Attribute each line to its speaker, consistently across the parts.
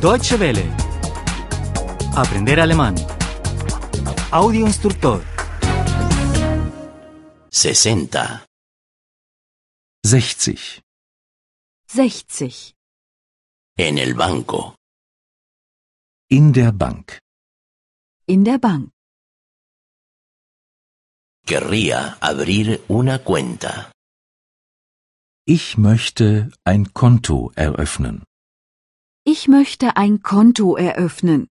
Speaker 1: Deutsche Welle. Aprender alemán. Audio instructor.
Speaker 2: 60.
Speaker 3: 60.
Speaker 4: 60.
Speaker 2: En el banco.
Speaker 3: In der Bank.
Speaker 4: In der Bank.
Speaker 2: Querría abrir una cuenta.
Speaker 3: Ich möchte ein Konto eröffnen.
Speaker 4: Ich möchte ein Konto eröffnen.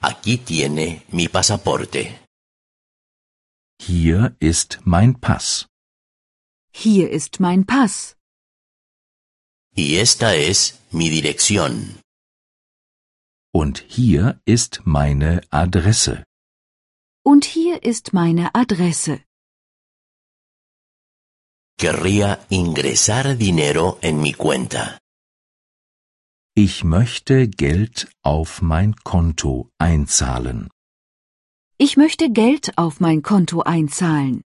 Speaker 2: Aquí tiene mi pasaporte.
Speaker 3: Hier ist mein Pass.
Speaker 4: Hier ist mein Pass.
Speaker 2: Y esta es mi dirección.
Speaker 3: Und hier ist meine Adresse.
Speaker 4: Und hier ist meine Adresse.
Speaker 2: Querría ingresar dinero en mi cuenta.
Speaker 3: Ich möchte Geld auf mein Konto einzahlen.
Speaker 4: Ich möchte Geld auf mein Konto einzahlen.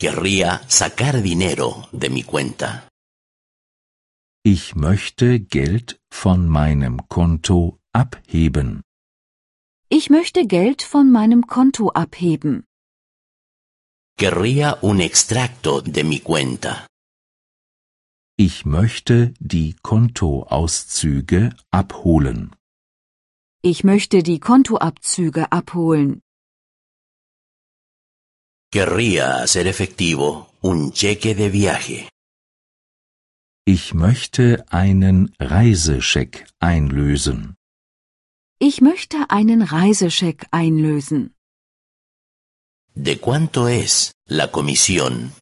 Speaker 2: Querría sacar dinero de mi cuenta.
Speaker 3: Ich möchte Geld von meinem Konto abheben.
Speaker 4: Ich möchte Geld von meinem Konto abheben.
Speaker 2: Querría un extracto de mi cuenta.
Speaker 3: Ich möchte die Kontoauszüge abholen.
Speaker 4: Ich möchte die Kontoabzüge abholen.
Speaker 2: Querría hacer efectivo un cheque de viaje.
Speaker 3: Ich möchte einen Reisescheck einlösen.
Speaker 4: Ich möchte einen Reisescheck einlösen.
Speaker 2: ¿De cuánto es la comisión?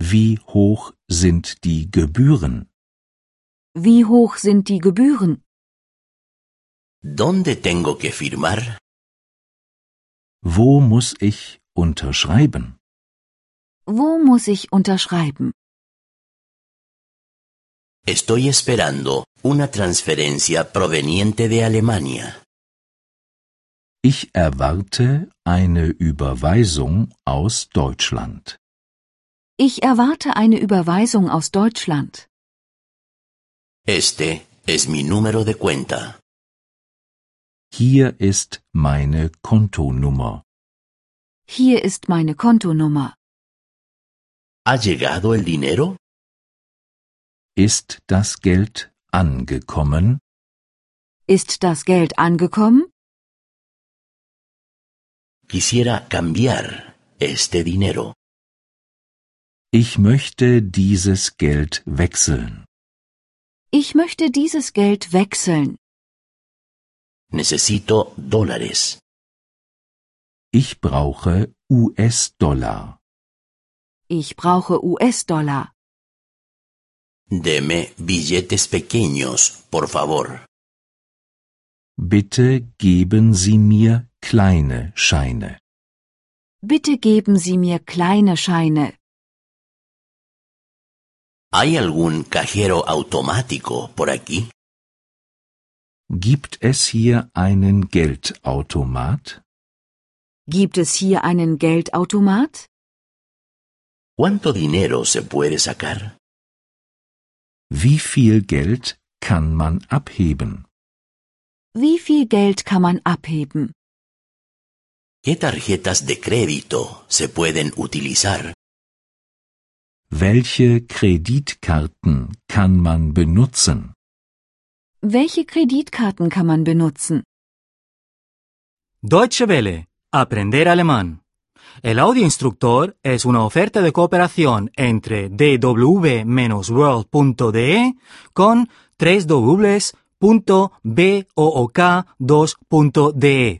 Speaker 3: Wie hoch sind die Gebühren?
Speaker 4: Wie hoch sind die Gebühren?
Speaker 2: ¿Dónde tengo que firmar?
Speaker 3: Wo muss ich unterschreiben?
Speaker 4: Wo muss ich unterschreiben?
Speaker 2: Estoy esperando una transferencia proveniente de Alemania.
Speaker 3: Ich erwarte eine Überweisung aus Deutschland.
Speaker 4: Ich erwarte eine Überweisung aus Deutschland.
Speaker 2: Este es mi número de cuenta.
Speaker 3: Hier ist meine Kontonummer.
Speaker 4: Hier ist meine Kontonummer.
Speaker 2: ¿Ha llegado el dinero?
Speaker 3: Ist das Geld angekommen?
Speaker 4: Ist das Geld angekommen?
Speaker 2: Quisiera cambiar este dinero.
Speaker 3: Ich möchte dieses Geld wechseln.
Speaker 4: Ich möchte dieses Geld wechseln.
Speaker 2: Necesito dólares.
Speaker 3: Ich brauche US-Dollar.
Speaker 4: Ich brauche US-Dollar.
Speaker 2: Deme billetes pequeños, por favor.
Speaker 3: Bitte geben Sie mir kleine Scheine.
Speaker 4: Bitte geben Sie mir kleine Scheine.
Speaker 2: ¿Hay algún cajero automático por aquí?
Speaker 3: Gibt es hier einen Geldautomat?
Speaker 4: Gibt es hier einen Geldautomat?
Speaker 2: ¿Cuánto dinero se puede sacar?
Speaker 3: Wie viel Geld kann man abheben?
Speaker 4: Wie viel Geld kann man abheben?
Speaker 2: ¿Qué tarjetas de crédito se pueden utilizar?
Speaker 3: Welche Kreditkarten kann man benutzen?
Speaker 4: Welche Kreditkarten kann man benutzen?
Speaker 1: Deutsche Welle. Aprender alemán. El audio instructor es una oferta de cooperación entre dw-world.de con 3 2de